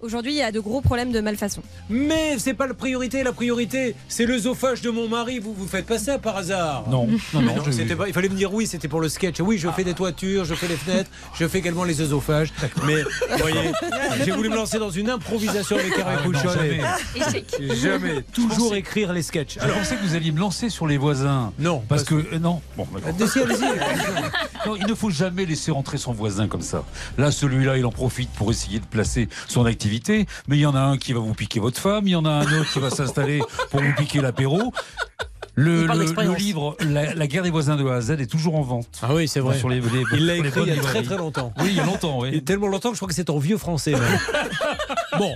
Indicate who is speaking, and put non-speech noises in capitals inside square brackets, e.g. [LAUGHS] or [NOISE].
Speaker 1: Aujourd'hui, il y a de gros problèmes de malfaçon.
Speaker 2: Mais c'est pas la priorité, la priorité, c'est l'œsophage de mon mari. Vous vous faites pas ça par hasard
Speaker 3: Non, non, non.
Speaker 2: Non,
Speaker 3: je-
Speaker 2: c'était pas- il fallait me dire oui, c'était pour le sketch. Oui, je fais des toitures, je fais les fenêtres, je fais également les œsophages. Mais vous
Speaker 3: [LAUGHS]
Speaker 2: voyez, j'ai voulu me lancer dans une improvisation avec Carré
Speaker 3: Ah, non,
Speaker 2: Pouchon.
Speaker 3: jamais.
Speaker 2: et- Jamais. Toujours écrire les sketchs.
Speaker 3: Je pensais que vous alliez me lancer sur les voisins.
Speaker 2: Non,
Speaker 3: Parce
Speaker 2: parce
Speaker 3: que. euh, non. Bon, d'accord.
Speaker 2: Allez-y, allez-y.
Speaker 3: Non, il ne faut jamais laisser rentrer son voisin comme ça. Là, celui-là, il en profite pour essayer de placer son activité, mais il y en a un qui va vous piquer votre femme, il y en a un autre qui va [LAUGHS] s'installer pour vous piquer l'apéro. Le,
Speaker 4: Il parle
Speaker 3: le-
Speaker 4: d'expérience.
Speaker 3: le livre la, La guerre des voisins de A à Z est toujours en vente.
Speaker 2: Ah oui, c'est vrai.
Speaker 3: Sur les, les-
Speaker 2: Il l'a
Speaker 3: sur les
Speaker 2: écrit il y a très
Speaker 3: bonnes librairies.
Speaker 2: très longtemps.
Speaker 3: Oui, il y a longtemps,
Speaker 2: Il y a
Speaker 3: oui.
Speaker 2: tellement longtemps que je crois que c'est en vieux français. même. bon,